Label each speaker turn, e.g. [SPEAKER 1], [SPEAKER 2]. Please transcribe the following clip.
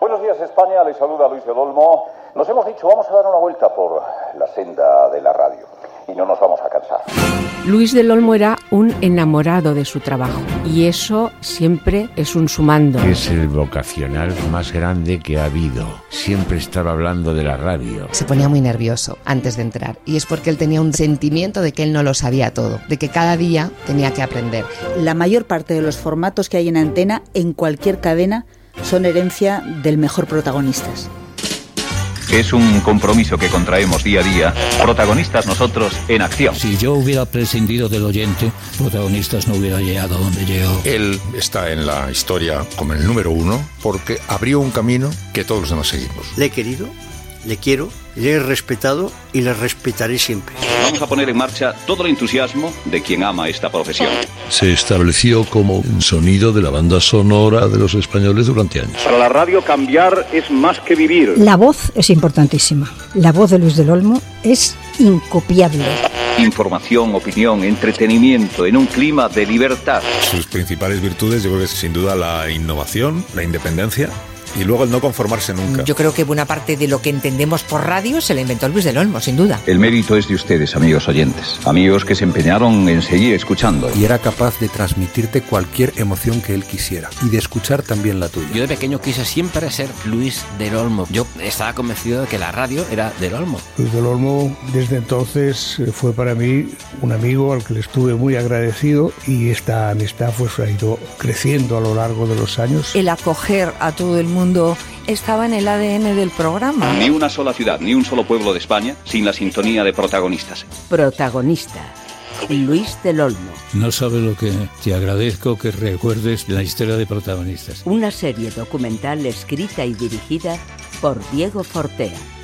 [SPEAKER 1] Buenos días España, les saluda Luis Edolmo. Nos hemos dicho, vamos a dar una vuelta por la senda de la radio y no nos vamos a cansar.
[SPEAKER 2] Luis del Olmo era un enamorado de su trabajo y eso siempre es un sumando.
[SPEAKER 3] Es el vocacional más grande que ha habido. Siempre estaba hablando de la radio.
[SPEAKER 4] Se ponía muy nervioso antes de entrar y es porque él tenía un sentimiento de que él no lo sabía todo, de que cada día tenía que aprender.
[SPEAKER 5] La mayor parte de los formatos que hay en antena, en cualquier cadena, son herencia del mejor protagonistas.
[SPEAKER 6] Es un compromiso que contraemos día a día, protagonistas nosotros en acción.
[SPEAKER 7] Si yo hubiera prescindido del oyente, protagonistas no hubiera llegado donde llegó.
[SPEAKER 8] Él está en la historia como el número uno porque abrió un camino que todos los demás seguimos.
[SPEAKER 9] Le he querido, le quiero, le he respetado y le respetaré siempre.
[SPEAKER 6] Vamos a poner en marcha todo el entusiasmo de quien ama esta profesión.
[SPEAKER 10] Se estableció como un sonido de la banda sonora de los españoles durante años.
[SPEAKER 6] Para la radio cambiar es más que vivir.
[SPEAKER 11] La voz es importantísima. La voz de Luis del Olmo es incopiable.
[SPEAKER 6] Información, opinión, entretenimiento en un clima de libertad.
[SPEAKER 12] Sus principales virtudes yo creo que es sin duda la innovación, la independencia y luego el no conformarse nunca.
[SPEAKER 13] Yo creo que buena parte de lo que entendemos por radio se la inventó Luis del Olmo, sin duda.
[SPEAKER 6] El mérito es de ustedes, amigos oyentes, amigos que se empeñaron en seguir escuchando.
[SPEAKER 14] Y era capaz de transmitirte cualquier emoción que él quisiera y de escuchar también la tuya.
[SPEAKER 15] Yo de pequeño quise siempre ser Luis del Olmo. Yo estaba convencido de que la radio era del Olmo.
[SPEAKER 16] Luis del Olmo desde entonces eh, fue para mí un amigo al que le estuve muy agradecido y esta amistad pues ha ido creciendo a lo largo de los años.
[SPEAKER 17] El acoger a todo el mundo mundo estaba en el ADN del programa.
[SPEAKER 6] Ni una sola ciudad, ni un solo pueblo de España sin la sintonía de protagonistas.
[SPEAKER 2] Protagonista. Luis del Olmo.
[SPEAKER 7] No sabes lo que te agradezco que recuerdes la historia de protagonistas.
[SPEAKER 2] Una serie documental escrita y dirigida por Diego Fortea.